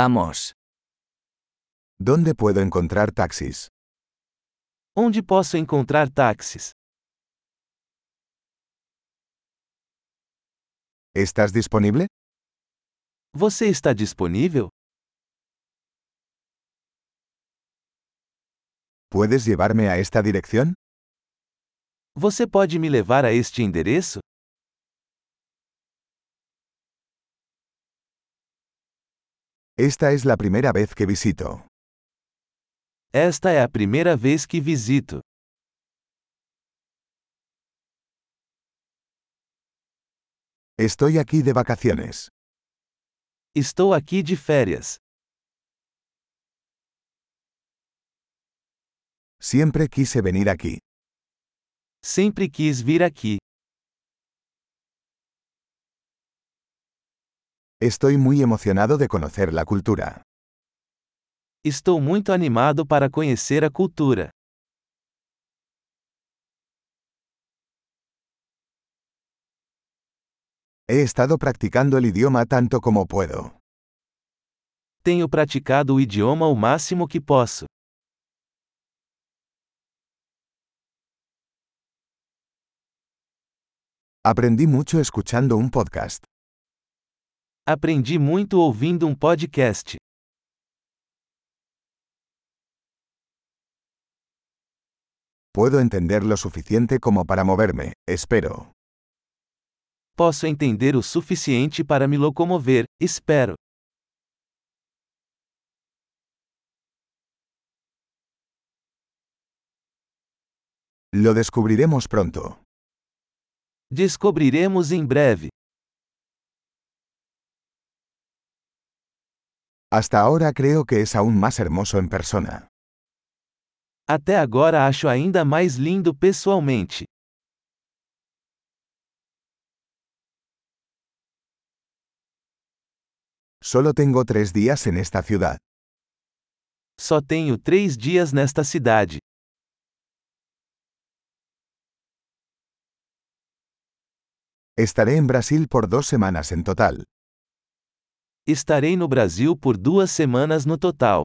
Vamos. ¿Dónde puedo encontrar taxis? Onde posso encontrar táxis? ¿Estás disponible? Você está disponível? ¿Puedes llevarme a esta dirección? Você pode me levar a este endereço? Esta es la primera vez que visito. Esta é a primeira vez que visito. Estoy aquí de vacaciones. Estou aqui de férias. Siempre quise venir aquí. Sempre quis vir aqui. Estoy muy emocionado de conocer la cultura. Estou muito animado para conhecer a cultura. He estado practicando el idioma tanto como puedo. Tenho praticado o idioma o máximo que posso. Aprendí mucho escuchando un podcast. Aprendi muito ouvindo um podcast. Puedo entender lo suficiente como para moverme, espero. Posso entender o suficiente para me locomover, espero. Lo descubriremos pronto. Descobriremos em breve. Hasta ahora creo que es aún más hermoso en persona. Até agora acho ainda mais lindo pessoalmente. Solo tengo tres días en esta ciudad. Só tenho três dias nesta cidade. Estaré en Brasil por dos semanas en total. Estarei no Brasil por duas semanas no total.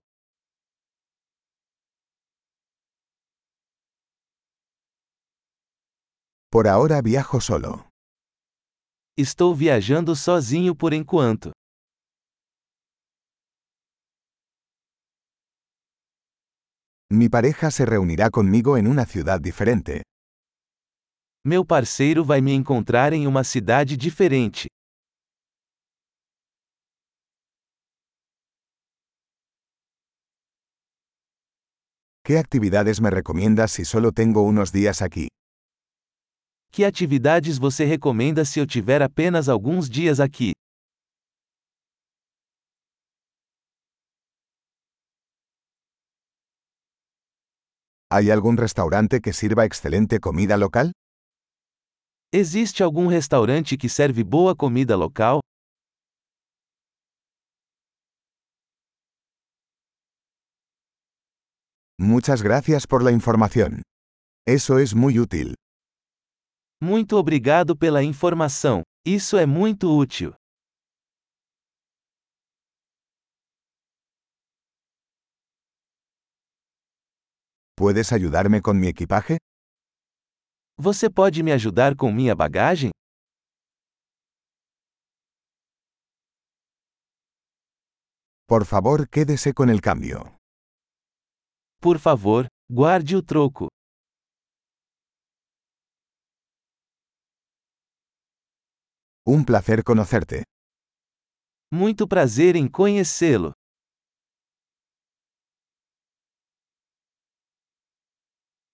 Por ahora viajo solo. Estou viajando sozinho por enquanto. Mi pareja se reunirá conmigo en una ciudad diferente. Meu parceiro vai me encontrar em uma cidade diferente. ¿Qué actividades me recomiendas si solo tengo unos días aquí? Que atividades você recomenda se eu tiver apenas alguns dias aqui? ¿Hay algún restaurante que sirva excelente comida local? Existe algum restaurante que serve boa comida local? Muchas gracias por la información. Eso es muy útil. Muito obrigado pela informação. Isso é muito útil. ¿Puedes ayudarme con mi equipaje? Você pode me ajudar com minha bagagem? Por favor, quédese con el cambio. Por favor, guarde o troco. Un placer conocerte. Muito prazer em conhecê-lo.